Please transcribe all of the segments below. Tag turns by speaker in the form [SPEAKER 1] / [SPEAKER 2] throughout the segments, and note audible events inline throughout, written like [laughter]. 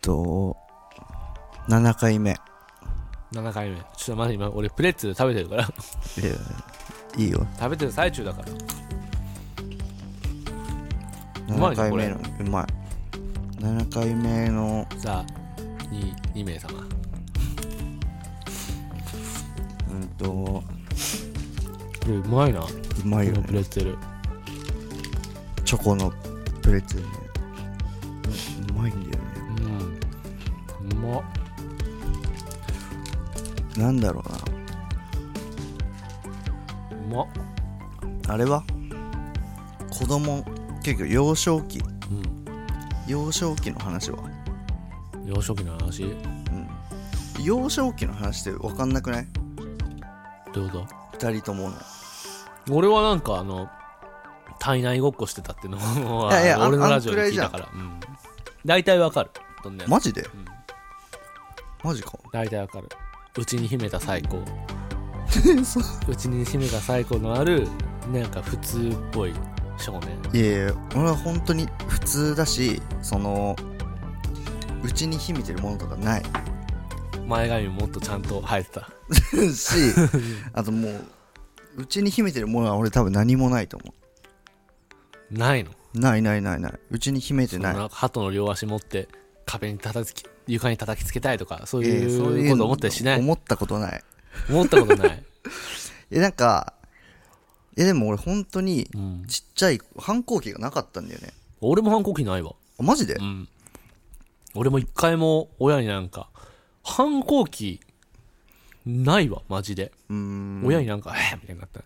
[SPEAKER 1] と、7回目。
[SPEAKER 2] 7回目ちょっと待って今俺プレッツェル食べてるから
[SPEAKER 1] い
[SPEAKER 2] [laughs]
[SPEAKER 1] やいいよ。
[SPEAKER 2] 食べてる最中だからうま
[SPEAKER 1] 7
[SPEAKER 2] いね
[SPEAKER 1] 回
[SPEAKER 2] これ
[SPEAKER 1] 目の、うまい。7回目の、
[SPEAKER 2] さあ 2, 2名様
[SPEAKER 1] うんと、
[SPEAKER 2] これうまいなこ
[SPEAKER 1] うまいよ
[SPEAKER 2] のプレ
[SPEAKER 1] ね。
[SPEAKER 2] ッツェル
[SPEAKER 1] チョコのプレッツェルね。うんうまいんだよね。
[SPEAKER 2] うんうまっ
[SPEAKER 1] なんだろう
[SPEAKER 2] うまっ
[SPEAKER 1] な。あれは子供、結構幼少期。幼少期の話は
[SPEAKER 2] うん幼少期の話
[SPEAKER 1] うん。幼少期の話って分かんなくない
[SPEAKER 2] どういうこ
[SPEAKER 1] 二人ともの。
[SPEAKER 2] と俺はなんかあの体内ごっこしてたっていうの [laughs] は
[SPEAKER 1] いやいやあ
[SPEAKER 2] 俺のラジオで聞いたからうん大体わかるどんなやつ
[SPEAKER 1] マジで
[SPEAKER 2] うん
[SPEAKER 1] マジか。
[SPEAKER 2] 大体わかるうちに秘めた最
[SPEAKER 1] [laughs]
[SPEAKER 2] 高
[SPEAKER 1] そう
[SPEAKER 2] ちに秘めた最高のあるなんか普通っぽい少
[SPEAKER 1] い
[SPEAKER 2] 年
[SPEAKER 1] やいや俺は本当に普通だしそのうちに秘めてるものとか
[SPEAKER 2] [laughs]
[SPEAKER 1] ない
[SPEAKER 2] 前髪もっとちゃんと生えてた
[SPEAKER 1] しあともううちに秘めてるものは俺多分何もないと思
[SPEAKER 2] ないの
[SPEAKER 1] うないないないないうちに秘めてない
[SPEAKER 2] なんか鳩の両足持って壁に叩き床に叩きつけたいとかそう
[SPEAKER 1] えーそう
[SPEAKER 2] い
[SPEAKER 1] いうう
[SPEAKER 2] こと
[SPEAKER 1] の
[SPEAKER 2] 思ったりしない、
[SPEAKER 1] 思ったことない
[SPEAKER 2] 思ったことない、 [laughs]
[SPEAKER 1] えなんかえでも俺本当に
[SPEAKER 2] うん、
[SPEAKER 1] ちっちゃい反抗期がなかったんだよね
[SPEAKER 2] 俺も反抗期ないわ、
[SPEAKER 1] あマジで
[SPEAKER 2] うん、俺も一回も親になんか反抗期ないわマジで、
[SPEAKER 1] うーん
[SPEAKER 2] 親になんか「えーみたいになった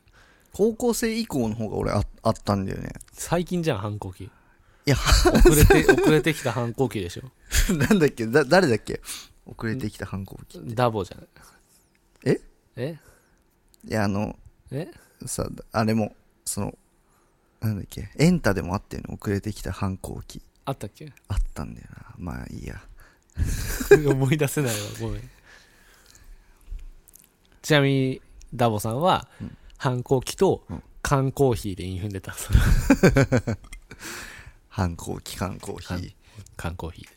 [SPEAKER 1] 高校生以降の方が俺ああったんだよね
[SPEAKER 2] 最近じゃん反抗期い
[SPEAKER 1] や [laughs]
[SPEAKER 2] 遅れて遅れてきた反抗期でしょ
[SPEAKER 1] なんだっけだ誰だっけ遅れてきた反抗期
[SPEAKER 2] ダボじゃない
[SPEAKER 1] え
[SPEAKER 2] え
[SPEAKER 1] いやあの
[SPEAKER 2] え
[SPEAKER 1] さあれもそのなんだっけエンタでもあってんの遅れてきた反抗期
[SPEAKER 2] あったっけ
[SPEAKER 1] あったんだよなまあいいや
[SPEAKER 2] [laughs] 思い出せないわごめんちなみにダボさんは、反抗期と缶コーヒーでインフンでたそれは
[SPEAKER 1] 反抗期反抗期
[SPEAKER 2] 缶コーヒーで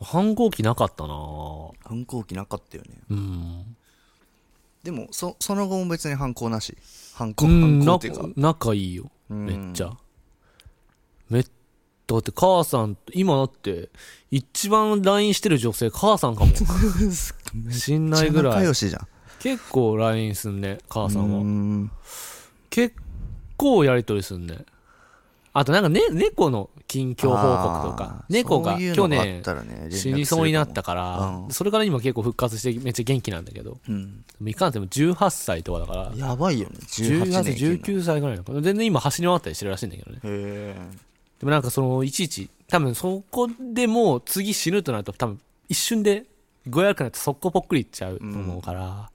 [SPEAKER 2] 反抗期なかったなぁ
[SPEAKER 1] 反抗期なかったよね
[SPEAKER 2] うん
[SPEAKER 1] でもそその後も別に反抗なし反抗
[SPEAKER 2] うん
[SPEAKER 1] 反抗
[SPEAKER 2] な
[SPEAKER 1] っていうか
[SPEAKER 2] 仲いいよ
[SPEAKER 1] うん
[SPEAKER 2] めっちゃめっだって母さん今だって一番 LINE してる女性母さ
[SPEAKER 1] [laughs]
[SPEAKER 2] んかもしんないぐ
[SPEAKER 1] めっちゃ
[SPEAKER 2] ら
[SPEAKER 1] 仲
[SPEAKER 2] い
[SPEAKER 1] 良しじゃん
[SPEAKER 2] 結構 LINE すんね母さ
[SPEAKER 1] うん
[SPEAKER 2] は
[SPEAKER 1] ーん
[SPEAKER 2] 結構やりとりすんねあとなんか、ね、猫の近況報告と
[SPEAKER 1] あ
[SPEAKER 2] か
[SPEAKER 1] ー
[SPEAKER 2] 猫が
[SPEAKER 1] そういう
[SPEAKER 2] 去
[SPEAKER 1] のがあ
[SPEAKER 2] 年
[SPEAKER 1] ったらね連絡する
[SPEAKER 2] 死にそうになった
[SPEAKER 1] か
[SPEAKER 2] から
[SPEAKER 1] うん
[SPEAKER 2] それから今結構復活してめっちゃ元気なんだけど
[SPEAKER 1] もうん
[SPEAKER 2] いかんせんも18歳とかだから
[SPEAKER 1] やばいよね18
[SPEAKER 2] 18
[SPEAKER 1] 年
[SPEAKER 2] 歳19歳ぐらいなのかな全然今走り回ったりしてるらしいんだけどね
[SPEAKER 1] へ
[SPEAKER 2] でもなんかそのいちいち多分そこでもう次死ぬとなると多分一瞬で具合悪くなって速攻ぽっくりいっちゃうと思うから、だか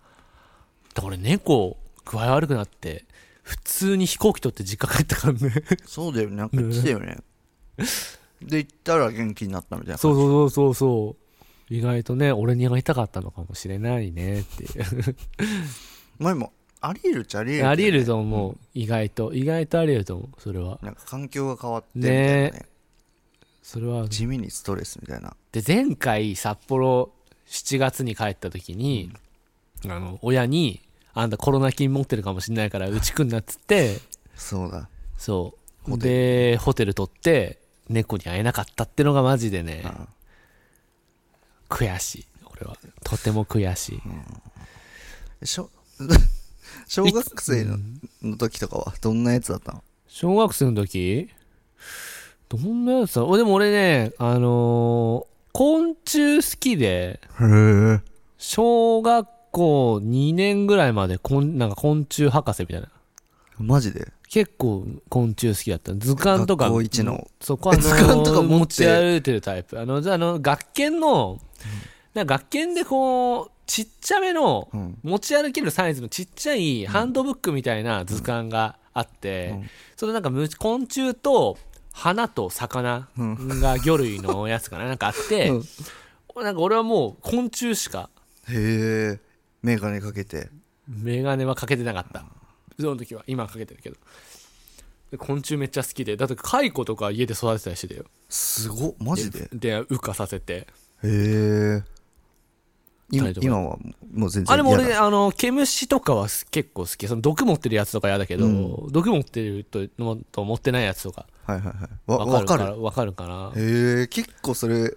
[SPEAKER 2] ら俺猫具合悪くなって普通に飛行機取って実家帰ったからね
[SPEAKER 1] えそうだよねなんか言ってたよねで行ったら元気になったみたいな
[SPEAKER 2] [laughs] そうそうそうそうそう意外とね俺に会いたかったのかもしれないねって [laughs] いう
[SPEAKER 1] まあでもありえるっちゃありえるけどね
[SPEAKER 2] ありえると思う、意外と意外とありえると思うそれは
[SPEAKER 1] なんか環境が変わってみたいなね
[SPEAKER 2] ねそれは
[SPEAKER 1] 地味にストレスみたいな
[SPEAKER 2] で前回札幌7月に帰った時に、あの親に「あんたコロナ菌持ってるかもしれないからうち来んな」っつ [laughs] って
[SPEAKER 1] そうだ
[SPEAKER 2] そうでホテル取って猫に会えなかったってのがマジでね
[SPEAKER 1] あ
[SPEAKER 2] 悔しい俺はとても悔しい、
[SPEAKER 1] しょ [laughs] 小学生のの時とかはどんなやつだったの
[SPEAKER 2] 小学生の時どんなやつだおでも俺ねあのー昆虫好きで
[SPEAKER 1] へえ
[SPEAKER 2] 小学校2年ぐらいまでこんなんか昆虫博士みたいな
[SPEAKER 1] マジで
[SPEAKER 2] 結構昆虫好きだった図鑑とか
[SPEAKER 1] 学校一の
[SPEAKER 2] そこはあの
[SPEAKER 1] 図鑑とか持って
[SPEAKER 2] 持ち歩いてるタイプあのじゃああの学研の、なんか学研でこうちっちゃめの、
[SPEAKER 1] うん
[SPEAKER 2] 持ち歩けるサイズのちっちゃいハンドブックみたいな図鑑があって、それなんか虫昆虫と花と魚が魚類のやつかな、なんかあって、なんか俺はもう昆虫しか
[SPEAKER 1] へえ眼鏡かけて
[SPEAKER 2] メガネはかけてなかった。その時は、今はかけてるけど。で昆虫めっちゃ好きでだって蚕とか家で育てたりしてたよ
[SPEAKER 1] すごっマジで
[SPEAKER 2] で羽化させて
[SPEAKER 1] へえ今
[SPEAKER 2] 態度が
[SPEAKER 1] 今はもう全然
[SPEAKER 2] あれも
[SPEAKER 1] 嫌
[SPEAKER 2] 俺
[SPEAKER 1] だ
[SPEAKER 2] あの毛虫とかはす結構好きその毒持ってるやつとか嫌だけど、
[SPEAKER 1] う
[SPEAKER 2] 毒持ってるとのと持ってないやつとか
[SPEAKER 1] はいはいはいわ
[SPEAKER 2] わ
[SPEAKER 1] わか
[SPEAKER 2] かる
[SPEAKER 1] る
[SPEAKER 2] からわかるかな
[SPEAKER 1] へえ結構それ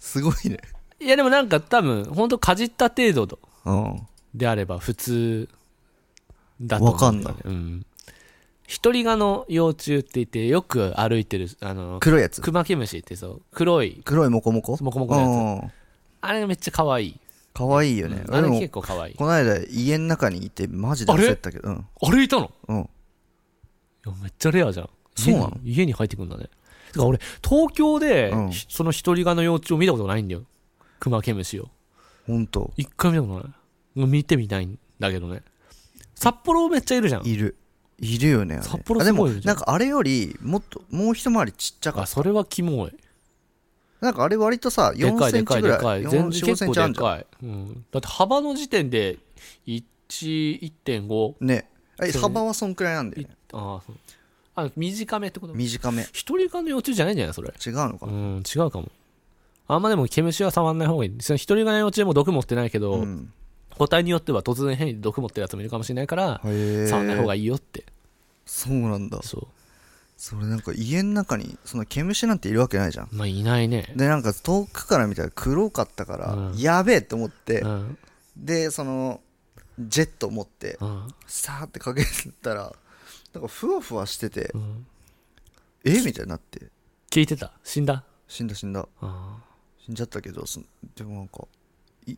[SPEAKER 1] すごいね
[SPEAKER 2] いやでもなんか多分ほんとかじった程度の
[SPEAKER 1] うん
[SPEAKER 2] であれば普通だと思うだよね
[SPEAKER 1] わか
[SPEAKER 2] うん一人がの幼虫って言ってよく歩いてるあの
[SPEAKER 1] 黒いやつ
[SPEAKER 2] クマケムシってそう黒い
[SPEAKER 1] 黒いモコモコ
[SPEAKER 2] モコモコの
[SPEAKER 1] や
[SPEAKER 2] あれがめっちゃ可愛い
[SPEAKER 1] つかわいいよね、
[SPEAKER 2] うんあ
[SPEAKER 1] 俺
[SPEAKER 2] れ
[SPEAKER 1] も
[SPEAKER 2] 結構可愛い
[SPEAKER 1] この間家の中にいてマジで焦ったけどうん
[SPEAKER 2] 歩いたのい
[SPEAKER 1] うん
[SPEAKER 2] やめっちゃレアじゃん
[SPEAKER 1] そうなの
[SPEAKER 2] 家に家に入ってくんだねてか俺東京で、
[SPEAKER 1] うん
[SPEAKER 2] ひその一人がの幼虫を見たことないんだよクマケムシを
[SPEAKER 1] ほんと
[SPEAKER 2] 一回見たことない見てみたいんだけどね札幌めっちゃいるじゃん
[SPEAKER 1] いるいるよねあれ
[SPEAKER 2] 札幌
[SPEAKER 1] あですも
[SPEAKER 2] ごいよ
[SPEAKER 1] なんかあれよりもっともう一回りちっちゃか
[SPEAKER 2] あ
[SPEAKER 1] っ
[SPEAKER 2] それはキモい
[SPEAKER 1] たなんかあれ割とさ
[SPEAKER 2] でか
[SPEAKER 1] 4
[SPEAKER 2] い
[SPEAKER 1] セ
[SPEAKER 2] で
[SPEAKER 1] ン
[SPEAKER 2] か
[SPEAKER 1] チ
[SPEAKER 2] い
[SPEAKER 1] ぐ
[SPEAKER 2] で
[SPEAKER 1] らい
[SPEAKER 2] かい
[SPEAKER 1] 4
[SPEAKER 2] 全
[SPEAKER 1] 5
[SPEAKER 2] 結
[SPEAKER 1] セン
[SPEAKER 2] 構
[SPEAKER 1] チあん
[SPEAKER 2] で
[SPEAKER 1] じゃん
[SPEAKER 2] かい、うん、だって幅の時点で11.5
[SPEAKER 1] ねえ
[SPEAKER 2] そうね
[SPEAKER 1] 幅はそんくらいなんだよね
[SPEAKER 2] ああそうあ短めってこと
[SPEAKER 1] 短め
[SPEAKER 2] 一人がの幼虫じゃないんじゃないそれ
[SPEAKER 1] 違うのか
[SPEAKER 2] う
[SPEAKER 1] なん
[SPEAKER 2] 違うかもあんまでも毛虫は触んない方がいいその一人がの幼虫も毒持ってないけど、
[SPEAKER 1] うん
[SPEAKER 2] 個体によっては突然変異で毒持ってるやつもいるかもしれないから、
[SPEAKER 1] へえ
[SPEAKER 2] 触んない方がいいよって
[SPEAKER 1] そうなんだ
[SPEAKER 2] そ
[SPEAKER 1] それなんか家の中にその毛虫なんているわけないじゃん
[SPEAKER 2] うまあいないね
[SPEAKER 1] でなんか遠くから見たら黒かったから、
[SPEAKER 2] うん
[SPEAKER 1] やべえと思って、
[SPEAKER 2] うん
[SPEAKER 1] でそのジェット持って
[SPEAKER 2] うん
[SPEAKER 1] さーってかけたらなんかふわふわしてて、
[SPEAKER 2] ん
[SPEAKER 1] えみたいになって
[SPEAKER 2] 聞いてた死んだ
[SPEAKER 1] 死んだ死んだ
[SPEAKER 2] うん
[SPEAKER 1] 死んじゃったけどそでもなんか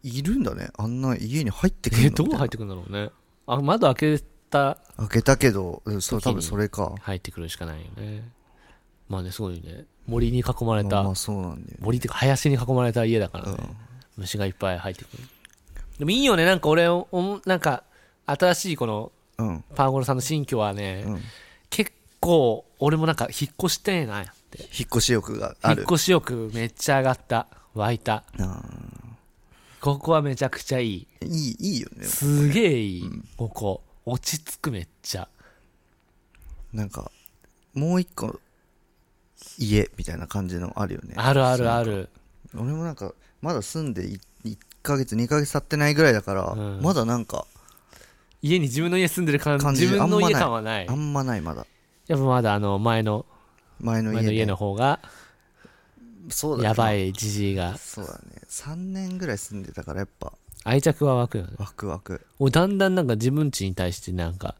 [SPEAKER 1] いいるんだねあんな家に入ってくるの
[SPEAKER 2] えどう
[SPEAKER 1] みた
[SPEAKER 2] 入
[SPEAKER 1] い
[SPEAKER 2] ってくるんだろうねあ窓開けた
[SPEAKER 1] な開けたけどうんそう
[SPEAKER 2] 時に
[SPEAKER 1] 多分それか
[SPEAKER 2] 入ってくるしかないよねまあねすごいね森に囲まれ
[SPEAKER 1] ま
[SPEAKER 2] た、
[SPEAKER 1] あまあそうなんだよ、
[SPEAKER 2] 森っていうか林に囲まれた家だからね、虫がいっぱい入ってくるでもいいよねなんか俺おおなんか新しいこの
[SPEAKER 1] うん
[SPEAKER 2] パーゴロさんの新居はね、
[SPEAKER 1] うん、引っ
[SPEAKER 2] 結構俺もなんか引っ越してえなって
[SPEAKER 1] 越し欲があ
[SPEAKER 2] 引っ
[SPEAKER 1] る
[SPEAKER 2] 越し欲めっちゃ上がった湧いた
[SPEAKER 1] あ
[SPEAKER 2] ここはめちゃくちゃいい
[SPEAKER 1] ーいいいいよね
[SPEAKER 2] すげえいい、ここ落ち着くめっちゃ
[SPEAKER 1] なんかもう一個家みたいな感じのあるよね
[SPEAKER 2] あるあるある
[SPEAKER 1] 俺もなんかまだ住んで1ヶ月2ヶ月経ってないぐらいだから、
[SPEAKER 2] うん
[SPEAKER 1] まだなんか
[SPEAKER 2] 家に自分の家住んでる感じ
[SPEAKER 1] 感じ
[SPEAKER 2] 自分の
[SPEAKER 1] あんま
[SPEAKER 2] 家
[SPEAKER 1] ない
[SPEAKER 2] 感はない
[SPEAKER 1] あんまないまだ
[SPEAKER 2] やっぱまだあの前の
[SPEAKER 1] 前の家,、
[SPEAKER 2] 前の家の方が
[SPEAKER 1] そうだね
[SPEAKER 2] やばいじじいが
[SPEAKER 1] そうだね3年ぐらい住んでたからやっぱ
[SPEAKER 2] 愛着は湧くよね
[SPEAKER 1] ワクワク
[SPEAKER 2] 俺だんだんなんか自分ちに対してなんか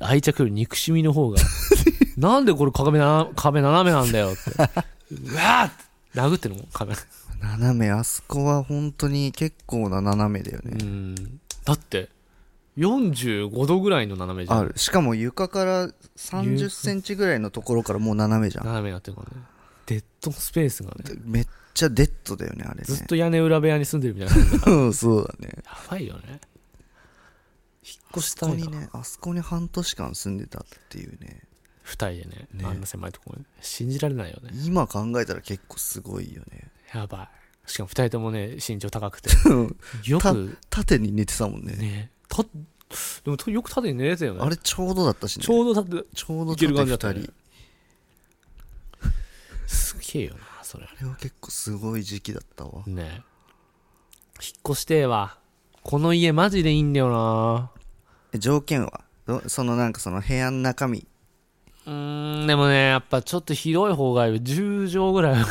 [SPEAKER 2] 愛着より憎しみの方が [laughs] なんでこれ壁な壁斜めなんだよって [laughs] うわーって殴ってるもん壁
[SPEAKER 1] 斜めあそこは本当に結構な斜めだよね、
[SPEAKER 2] うんだって45度ぐらいの斜めじゃん
[SPEAKER 1] あるしかも床から3 0ンチぐらいのところからもう斜めじゃん
[SPEAKER 2] 斜めになってるからねデッドスペースがね
[SPEAKER 1] めっちゃデッドだよねあれね
[SPEAKER 2] ずっと屋根裏部屋に住んでるみたいなや
[SPEAKER 1] うんそうだね
[SPEAKER 2] ばいよね引っ
[SPEAKER 1] あ
[SPEAKER 2] 越し
[SPEAKER 1] そ
[SPEAKER 2] た
[SPEAKER 1] こ
[SPEAKER 2] い
[SPEAKER 1] に
[SPEAKER 2] な
[SPEAKER 1] ねあそこに半年間住んでたっていうね
[SPEAKER 2] 二人でねあんな狭いところに信じられないよね
[SPEAKER 1] 今考えたら結構すごいよね
[SPEAKER 2] やばいしかも二人ともね身長高くてよ
[SPEAKER 1] た
[SPEAKER 2] く
[SPEAKER 1] 縦に寝てたもんね
[SPEAKER 2] ねたでもとよく縦に寝れたよね
[SPEAKER 1] あれちょうどだったしね
[SPEAKER 2] ちょうど縦
[SPEAKER 1] ちょうど
[SPEAKER 2] い
[SPEAKER 1] 縦
[SPEAKER 2] ける
[SPEAKER 1] 二
[SPEAKER 2] 感じ
[SPEAKER 1] 人
[SPEAKER 2] だったねすげえよなそれ
[SPEAKER 1] あれは結構すごい時期だったわ
[SPEAKER 2] ね引っ越してえわこの家マジでいいんだよな
[SPEAKER 1] え条件はどそのなんかその部屋の中
[SPEAKER 2] [laughs]
[SPEAKER 1] 身
[SPEAKER 2] うーんでもねやっぱちょっと広い方がいい10畳ぐらい
[SPEAKER 1] あ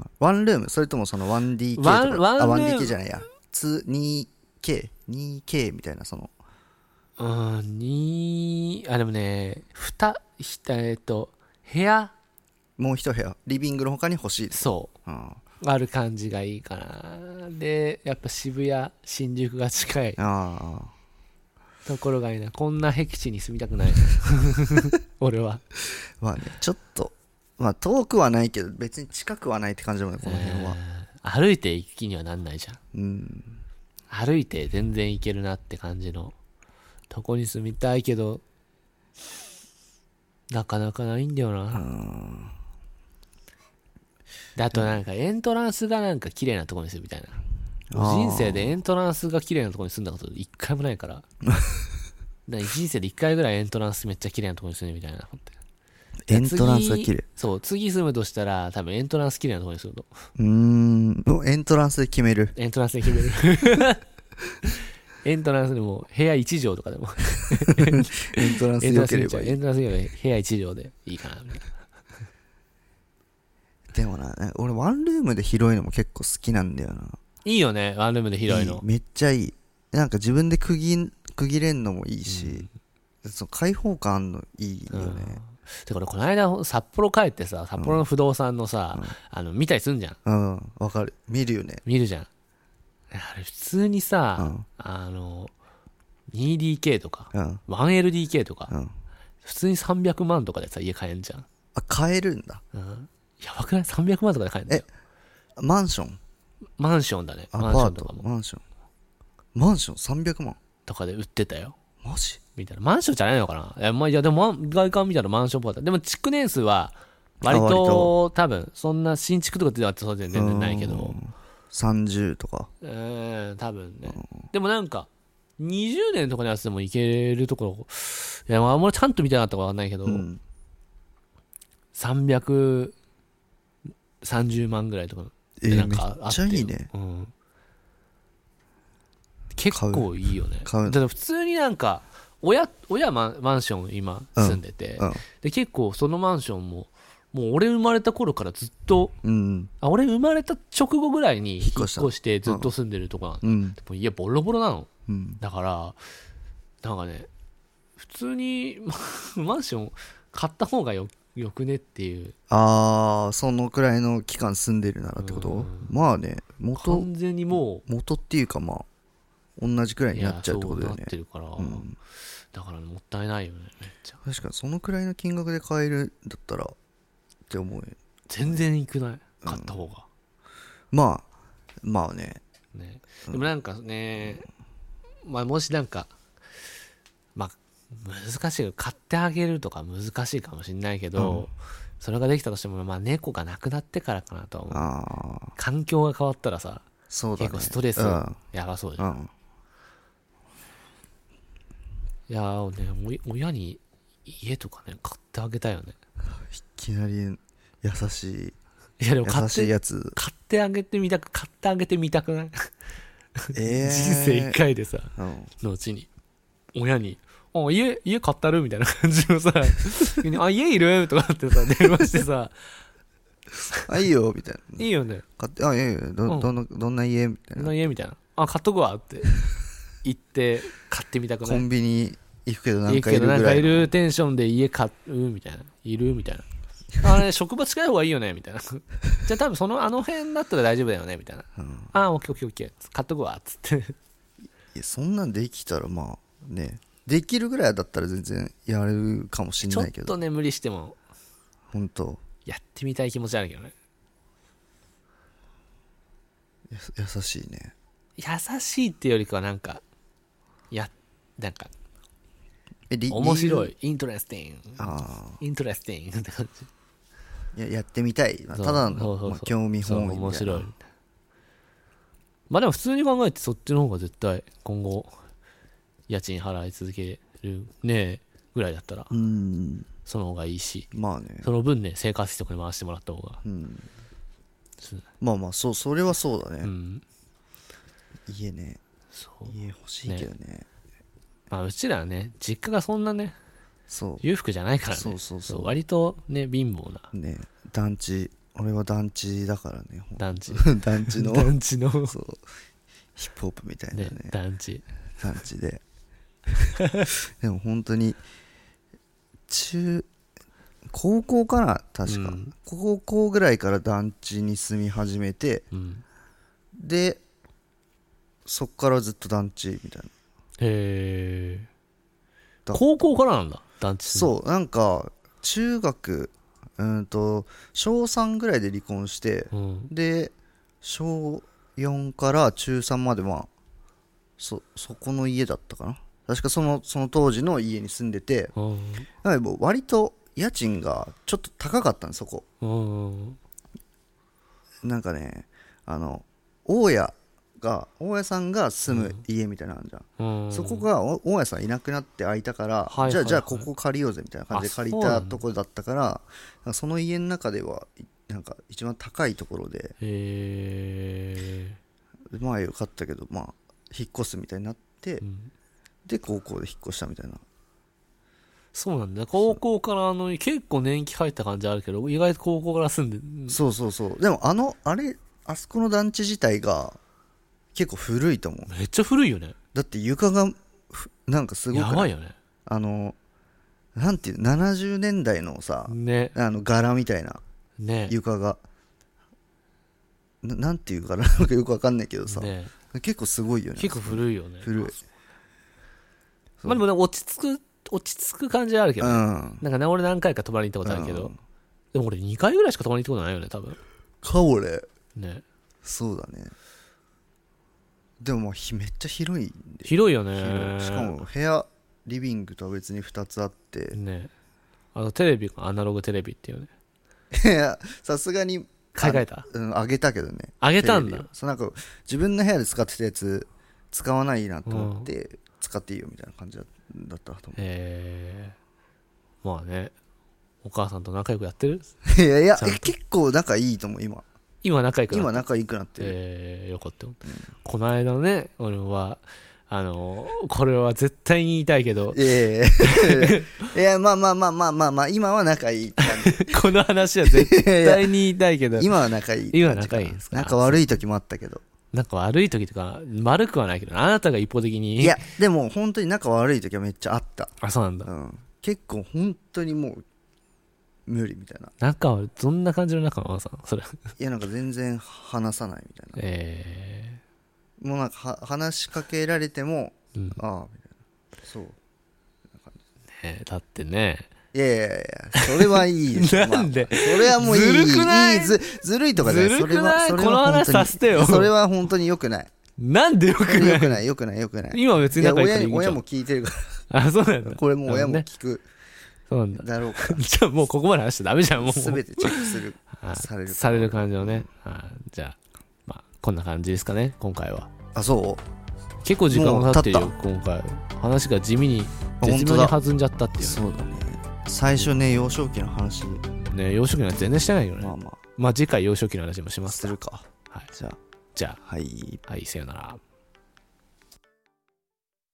[SPEAKER 1] あワンルームそれともその 1DK とか
[SPEAKER 2] ワンワンルーム
[SPEAKER 1] あ 1DK じゃないや 2K2K みたいなその
[SPEAKER 2] うーんにあでもねふたひたえっと部屋
[SPEAKER 1] もう一部屋リビングの他に欲しいです
[SPEAKER 2] そう
[SPEAKER 1] あ
[SPEAKER 2] ある感じがいいかなでやっぱ渋谷新宿が近い
[SPEAKER 1] ーあ
[SPEAKER 2] ところがいいなこんな僻地に住みたくない [laughs] 俺は
[SPEAKER 1] ーまあねちょっとまあ遠くはないけど別に近くはないって感じだもんねこの辺は、
[SPEAKER 2] 歩いて行きにはなんないじゃん
[SPEAKER 1] うん
[SPEAKER 2] 歩いて全然行けるなって感じのとこに住みたいけどなかなかないんだよなであとなんかエントランスがなんか綺麗なとこに住みたいな
[SPEAKER 1] あー [laughs]
[SPEAKER 2] 人生でエントランスが綺麗なとこに住んだこと一回もないからだから人生で1回ぐらいエントランスめっちゃ綺麗なところに住んでみたいな思って
[SPEAKER 1] エントランスは綺
[SPEAKER 2] 次
[SPEAKER 1] 麗
[SPEAKER 2] そう次住むとしたら多分エントランス綺麗なところにすると
[SPEAKER 1] うーんおエントランスで決め
[SPEAKER 2] [laughs]
[SPEAKER 1] る
[SPEAKER 2] エントランスで決める
[SPEAKER 1] [laughs]
[SPEAKER 2] エントランスでも部屋1畳とかでも
[SPEAKER 1] エントランス
[SPEAKER 2] エ
[SPEAKER 1] で
[SPEAKER 2] ントラ
[SPEAKER 1] よ
[SPEAKER 2] ンス
[SPEAKER 1] け
[SPEAKER 2] に
[SPEAKER 1] れ
[SPEAKER 2] 行っちゃ
[SPEAKER 1] ば
[SPEAKER 2] う
[SPEAKER 1] い
[SPEAKER 2] エ
[SPEAKER 1] い
[SPEAKER 2] ントランスには部屋1畳でいいかなみたいな
[SPEAKER 1] でもな俺ワンルームで広いのも結構好きなんだよない
[SPEAKER 2] いよねワンルームで広いの
[SPEAKER 1] めっちゃいいなんか自分で区切区切れんのもいいし、その開放感あんのいいよね、
[SPEAKER 2] てか俺この間札幌帰ってさ札幌の不動産のさ、あの見たりすんじゃん
[SPEAKER 1] うんわかる見るよね
[SPEAKER 2] 見るじゃんあれ普通にさ、
[SPEAKER 1] うん
[SPEAKER 2] あの 2DK とか
[SPEAKER 1] うん
[SPEAKER 2] 1LDK とか、
[SPEAKER 1] うん
[SPEAKER 2] 普通に300万とかでさ家買えんじゃん、
[SPEAKER 1] あ買えるんだ
[SPEAKER 2] うん、やばくない300万とかで買えんだよ
[SPEAKER 1] マンション
[SPEAKER 2] マンションだね
[SPEAKER 1] ア
[SPEAKER 2] マンシ
[SPEAKER 1] パ
[SPEAKER 2] ョ
[SPEAKER 1] ー
[SPEAKER 2] ンとか
[SPEAKER 1] ト
[SPEAKER 2] も
[SPEAKER 1] マンションマンション300万
[SPEAKER 2] とかで売ってたよ
[SPEAKER 1] マジ
[SPEAKER 2] みたいなマンションじゃないのかないや,、まあ、いやでもま外観見たらマンションっぽかったでも築年数は割
[SPEAKER 1] あ割
[SPEAKER 2] と
[SPEAKER 1] と
[SPEAKER 2] 多分そんな新築とかってそうじゃ全然ないけど
[SPEAKER 1] 30とか
[SPEAKER 2] うん多分ねでもなんか20年とかのやつでもいけるところいやまああんまりちゃんと見てなかったからわかんないけど、
[SPEAKER 1] うん
[SPEAKER 2] 330万ぐらいとか
[SPEAKER 1] え
[SPEAKER 2] でな
[SPEAKER 1] ー、
[SPEAKER 2] ん
[SPEAKER 1] め
[SPEAKER 2] かあ
[SPEAKER 1] っ
[SPEAKER 2] っ
[SPEAKER 1] ち
[SPEAKER 2] て
[SPEAKER 1] ゃいいね
[SPEAKER 2] うん、結構いいよね
[SPEAKER 1] 買う
[SPEAKER 2] だから普通になんか親親マンマンション今住んでて、
[SPEAKER 1] うん
[SPEAKER 2] で結構そのマンションももう俺生まれた頃からずっと
[SPEAKER 1] うん
[SPEAKER 2] あ俺生まれた直後ぐらいに引
[SPEAKER 1] 引
[SPEAKER 2] っ
[SPEAKER 1] っ
[SPEAKER 2] 越
[SPEAKER 1] 越した
[SPEAKER 2] してずっと住んでるとか、
[SPEAKER 1] うん
[SPEAKER 2] もう家ボロボロなの
[SPEAKER 1] うん
[SPEAKER 2] だからなんかね普通にまマンション買った方がよよくねっていう
[SPEAKER 1] ああそのくらいの期間住んでるならってことまあね元
[SPEAKER 2] 完全にも
[SPEAKER 1] 元っていうかまあ同じくら
[SPEAKER 2] う
[SPEAKER 1] いになっちゃうってことだよ
[SPEAKER 2] いやそうな
[SPEAKER 1] ね
[SPEAKER 2] ってるから、
[SPEAKER 1] ん
[SPEAKER 2] だからもったいないよねめっちゃ
[SPEAKER 1] 確かにそのくらいの金額で買えるんだったらって思うよ
[SPEAKER 2] 全然いくない買った方が、
[SPEAKER 1] まあまあね
[SPEAKER 2] ね、でもなんかね、まあ、もしなんか、まあ、難しいけど買ってあげるとか難しいかもしれないけど、それができたとしても、まあ、猫が亡くなってからかなとは思う
[SPEAKER 1] ああ
[SPEAKER 2] 環境が変わったらさ、
[SPEAKER 1] そうだね
[SPEAKER 2] 結構ストレス
[SPEAKER 1] うん
[SPEAKER 2] やばそうじゃ、
[SPEAKER 1] うんん
[SPEAKER 2] いやーねお親に家とかね買ってあげたいよ
[SPEAKER 1] い
[SPEAKER 2] ね
[SPEAKER 1] きなり優しい
[SPEAKER 2] いやでも買
[SPEAKER 1] 優
[SPEAKER 2] っ
[SPEAKER 1] しい
[SPEAKER 2] て
[SPEAKER 1] やつ
[SPEAKER 2] 買ってあげてみたく買ってあげてみたくない、
[SPEAKER 1] ええ
[SPEAKER 2] [laughs] 人生一回でさ
[SPEAKER 1] うん
[SPEAKER 2] のうちに親に「あ家家買ったる?」みたいな感じのさ [laughs] 「急にあ家いる?」とかってさ電話して
[SPEAKER 1] [laughs]
[SPEAKER 2] さ
[SPEAKER 1] あいいよみたい
[SPEAKER 2] 「
[SPEAKER 1] ない
[SPEAKER 2] いよね
[SPEAKER 1] 買ってあいやいや
[SPEAKER 2] うん
[SPEAKER 1] どどんなどんな家みたい
[SPEAKER 2] こ
[SPEAKER 1] な
[SPEAKER 2] の家」みたいな「あ買っとくわ」って言って買ってみたく
[SPEAKER 1] コ
[SPEAKER 2] ない
[SPEAKER 1] ンビニ行くけどなん
[SPEAKER 2] 家
[SPEAKER 1] かい
[SPEAKER 2] け
[SPEAKER 1] る
[SPEAKER 2] ど
[SPEAKER 1] ぐ
[SPEAKER 2] なんからい
[SPEAKER 1] いの
[SPEAKER 2] るテンションで家買うみたいな「いる?」みたいな「あれ職場近い方がいいよね」みたいな「 [laughs] じゃあ多分そのあの辺だったら大丈夫だよね」みたいな「あオッケーオッケーオッケー買っとくわ」っつって
[SPEAKER 1] いやそんなんできたらまあねできるぐらいだったら全然やれるかもしん
[SPEAKER 2] ちょ
[SPEAKER 1] な
[SPEAKER 2] っ
[SPEAKER 1] いけ
[SPEAKER 2] と
[SPEAKER 1] ど
[SPEAKER 2] ね無理しても
[SPEAKER 1] 本当
[SPEAKER 2] やってみたい気持ちあるけどね
[SPEAKER 1] や優しいね
[SPEAKER 2] 優しいっていうよりかはなんかやなんか
[SPEAKER 1] えり
[SPEAKER 2] 面白
[SPEAKER 1] 理由
[SPEAKER 2] いイントレスティング
[SPEAKER 1] あ
[SPEAKER 2] イントレスティングって感じ
[SPEAKER 1] あややってみたい、まあ
[SPEAKER 2] そう
[SPEAKER 1] ただ
[SPEAKER 2] そうそうそ
[SPEAKER 1] の、
[SPEAKER 2] う
[SPEAKER 1] まあ、興味
[SPEAKER 2] そう
[SPEAKER 1] 本位みたいな
[SPEAKER 2] 面白いまあでも普通に考えてそっちの方が絶対今後家賃払い続けるねぐらいだったら
[SPEAKER 1] うん
[SPEAKER 2] その方がいいし
[SPEAKER 1] まあね
[SPEAKER 2] その分ね生活費とかに回してもらった方が
[SPEAKER 1] うん
[SPEAKER 2] そう
[SPEAKER 1] まあまあそうそれはそうだね、
[SPEAKER 2] うん
[SPEAKER 1] 家ね
[SPEAKER 2] そう
[SPEAKER 1] 家欲しいけどね
[SPEAKER 2] まあうちらはね実家がそんなね
[SPEAKER 1] そ
[SPEAKER 2] 裕福じゃないからね
[SPEAKER 1] そうそうそう
[SPEAKER 2] 割とね貧乏な
[SPEAKER 1] うね団地俺は団地だからねほん
[SPEAKER 2] 団地 [laughs]
[SPEAKER 1] 団地の
[SPEAKER 2] 団地の
[SPEAKER 1] そうヒップホップみたいな
[SPEAKER 2] ね
[SPEAKER 1] ね
[SPEAKER 2] 団地
[SPEAKER 1] 団地で [laughs] でも本当に中高校かな確か、
[SPEAKER 2] うん
[SPEAKER 1] 高校ぐらいから団地に住み始めて
[SPEAKER 2] うん
[SPEAKER 1] でそっからずっと団地みたいな
[SPEAKER 2] へえ
[SPEAKER 1] だ
[SPEAKER 2] 高校からなんだ団地う
[SPEAKER 1] そうなんか中学うーんと小3ぐらいで離婚して
[SPEAKER 2] うん
[SPEAKER 1] で小4から中3までまあそそこの家だったかな確かそのその当時の家に住んでて
[SPEAKER 2] うん
[SPEAKER 1] なのでもう割と家賃がちょっと高かったんですそこ
[SPEAKER 2] うん
[SPEAKER 1] なんかねあの大家が大家さんが住む家みたいなのあるじゃん、
[SPEAKER 2] うん
[SPEAKER 1] そこがお大家さんいなくなって空いたから、
[SPEAKER 2] いはい
[SPEAKER 1] じゃあじゃあここ借りようぜみたいな感じで
[SPEAKER 2] あ
[SPEAKER 1] 借り
[SPEAKER 2] そうな
[SPEAKER 1] た
[SPEAKER 2] んだ
[SPEAKER 1] とこだったからなんかその家の中ではいなんか一番高いところで
[SPEAKER 2] へ
[SPEAKER 1] まあよかったけどまあ引っ越すみたいになって、
[SPEAKER 2] え、うん
[SPEAKER 1] で高校で引っ越したみたいな
[SPEAKER 2] そうなんだ高校からあの結構年季入った感じあるけど意外と高校から住んでうん
[SPEAKER 1] そうそうそうでもあのあれあそこの団地自体が結構古いと思う
[SPEAKER 2] めっちゃ古いよね
[SPEAKER 1] だって床がふなんかすごく
[SPEAKER 2] や
[SPEAKER 1] ない
[SPEAKER 2] ばいよね
[SPEAKER 1] あのなんていう70年代のさ、
[SPEAKER 2] ね
[SPEAKER 1] あの柄みたいな
[SPEAKER 2] ね
[SPEAKER 1] 床がななんて [laughs] いうかななんかよくわかんないけどさ、
[SPEAKER 2] ね
[SPEAKER 1] 結構すごいよね
[SPEAKER 2] 結構古いよね
[SPEAKER 1] 古い
[SPEAKER 2] まあでもね落ち着く落ち着く感じはあるけ
[SPEAKER 1] う
[SPEAKER 2] ど、
[SPEAKER 1] ん
[SPEAKER 2] なんかね俺何回か泊まりに行ったことあるけど、でも俺2回ぐらいしか泊まりに行ったことないよね多分
[SPEAKER 1] か俺
[SPEAKER 2] ね
[SPEAKER 1] そうだねでもまあひめっちゃ広いんで
[SPEAKER 2] 広いよね
[SPEAKER 1] 広いしかも部屋リビングとは別に2つあって
[SPEAKER 2] ねあのテレビアナログテレビっていうね
[SPEAKER 1] [laughs] いやさすがに
[SPEAKER 2] 買い替えた
[SPEAKER 1] うん、あげたけどね
[SPEAKER 2] あげたん
[SPEAKER 1] テレ
[SPEAKER 2] だ
[SPEAKER 1] ビをそうなんか自分の部屋で使ってたやつ使わないなと思って、使っていいよみたいな感じだだったと思
[SPEAKER 2] えー、まあねお母さんと仲良くやってる
[SPEAKER 1] う [laughs] いやいや
[SPEAKER 2] ちゃんと
[SPEAKER 1] 結構仲いいと思う今
[SPEAKER 2] 今仲良くな
[SPEAKER 1] 今
[SPEAKER 2] っ
[SPEAKER 1] 仲いいくなってる、
[SPEAKER 2] えーよかったよ、この間ね俺はあのこれは絶対に言いたい
[SPEAKER 1] [laughs]
[SPEAKER 2] けど
[SPEAKER 1] え
[SPEAKER 2] [laughs]
[SPEAKER 1] えいやまあまあまあまあまあまあ今は仲いいって感じ
[SPEAKER 2] この話は絶
[SPEAKER 1] いやいや
[SPEAKER 2] 対に言いたいけど [laughs]
[SPEAKER 1] 今は仲いい
[SPEAKER 2] 今は仲いいんですか
[SPEAKER 1] 仲悪い時もあったけど
[SPEAKER 2] なんか悪い時とか悪くはないけどあなたが一方的に
[SPEAKER 1] いやでも本当に仲悪い時はめっちゃあった、
[SPEAKER 2] あそうなんだ
[SPEAKER 1] うん、結構本当にもう無理みたいな
[SPEAKER 2] 仲はどんな感じの仲なのさんそれ
[SPEAKER 1] いやなんか全然話さないみたいな
[SPEAKER 2] え
[SPEAKER 1] もうなんかは話しかけられても、
[SPEAKER 2] うん
[SPEAKER 1] ああみたいなそう
[SPEAKER 2] ーねだってね
[SPEAKER 1] いやいやいやそれはいいです
[SPEAKER 2] [laughs] なんで
[SPEAKER 1] まあそれはもういい
[SPEAKER 2] ずるくない
[SPEAKER 1] いずずるいとかじゃない
[SPEAKER 2] ずるくない
[SPEAKER 1] それはそれは
[SPEAKER 2] この話
[SPEAKER 1] 本当に
[SPEAKER 2] させてよ
[SPEAKER 1] それは本当に良くない
[SPEAKER 2] なんでよく
[SPEAKER 1] それ
[SPEAKER 2] な
[SPEAKER 1] 良
[SPEAKER 2] い
[SPEAKER 1] くない良くない良くない
[SPEAKER 2] 今は別
[SPEAKER 1] い
[SPEAKER 2] に
[SPEAKER 1] や
[SPEAKER 2] 仲良く
[SPEAKER 1] 親
[SPEAKER 2] てい
[SPEAKER 1] に
[SPEAKER 2] いじゃ
[SPEAKER 1] 親
[SPEAKER 2] ん
[SPEAKER 1] も聞いてるか
[SPEAKER 2] あそうなんだ
[SPEAKER 1] らこれもう親も
[SPEAKER 2] ね
[SPEAKER 1] 聞く
[SPEAKER 2] そうなんだ
[SPEAKER 1] だろうか
[SPEAKER 2] じゃあもうここまで話しちゃダメじゃんも
[SPEAKER 1] ら
[SPEAKER 2] う
[SPEAKER 1] 全てチェックす
[SPEAKER 2] [laughs]
[SPEAKER 1] る
[SPEAKER 2] あ
[SPEAKER 1] される
[SPEAKER 2] される感じのねあじゃあまあこんな感じですかね今回は
[SPEAKER 1] あそ
[SPEAKER 2] 結構時間が経ってるよ
[SPEAKER 1] もう
[SPEAKER 2] 今回話が地味に
[SPEAKER 1] あ本
[SPEAKER 2] 絶妙
[SPEAKER 1] 当
[SPEAKER 2] に
[SPEAKER 1] だ
[SPEAKER 2] 弾んじゃったって
[SPEAKER 1] う
[SPEAKER 2] いう
[SPEAKER 1] うだね最初ね幼少期の話
[SPEAKER 2] ねね幼少期の話全然してないよね
[SPEAKER 1] まあまあ
[SPEAKER 2] まあ次回幼少期の話もします
[SPEAKER 1] するか
[SPEAKER 2] はい
[SPEAKER 1] じゃあ
[SPEAKER 2] じゃ
[SPEAKER 1] はい
[SPEAKER 2] あはいさよなら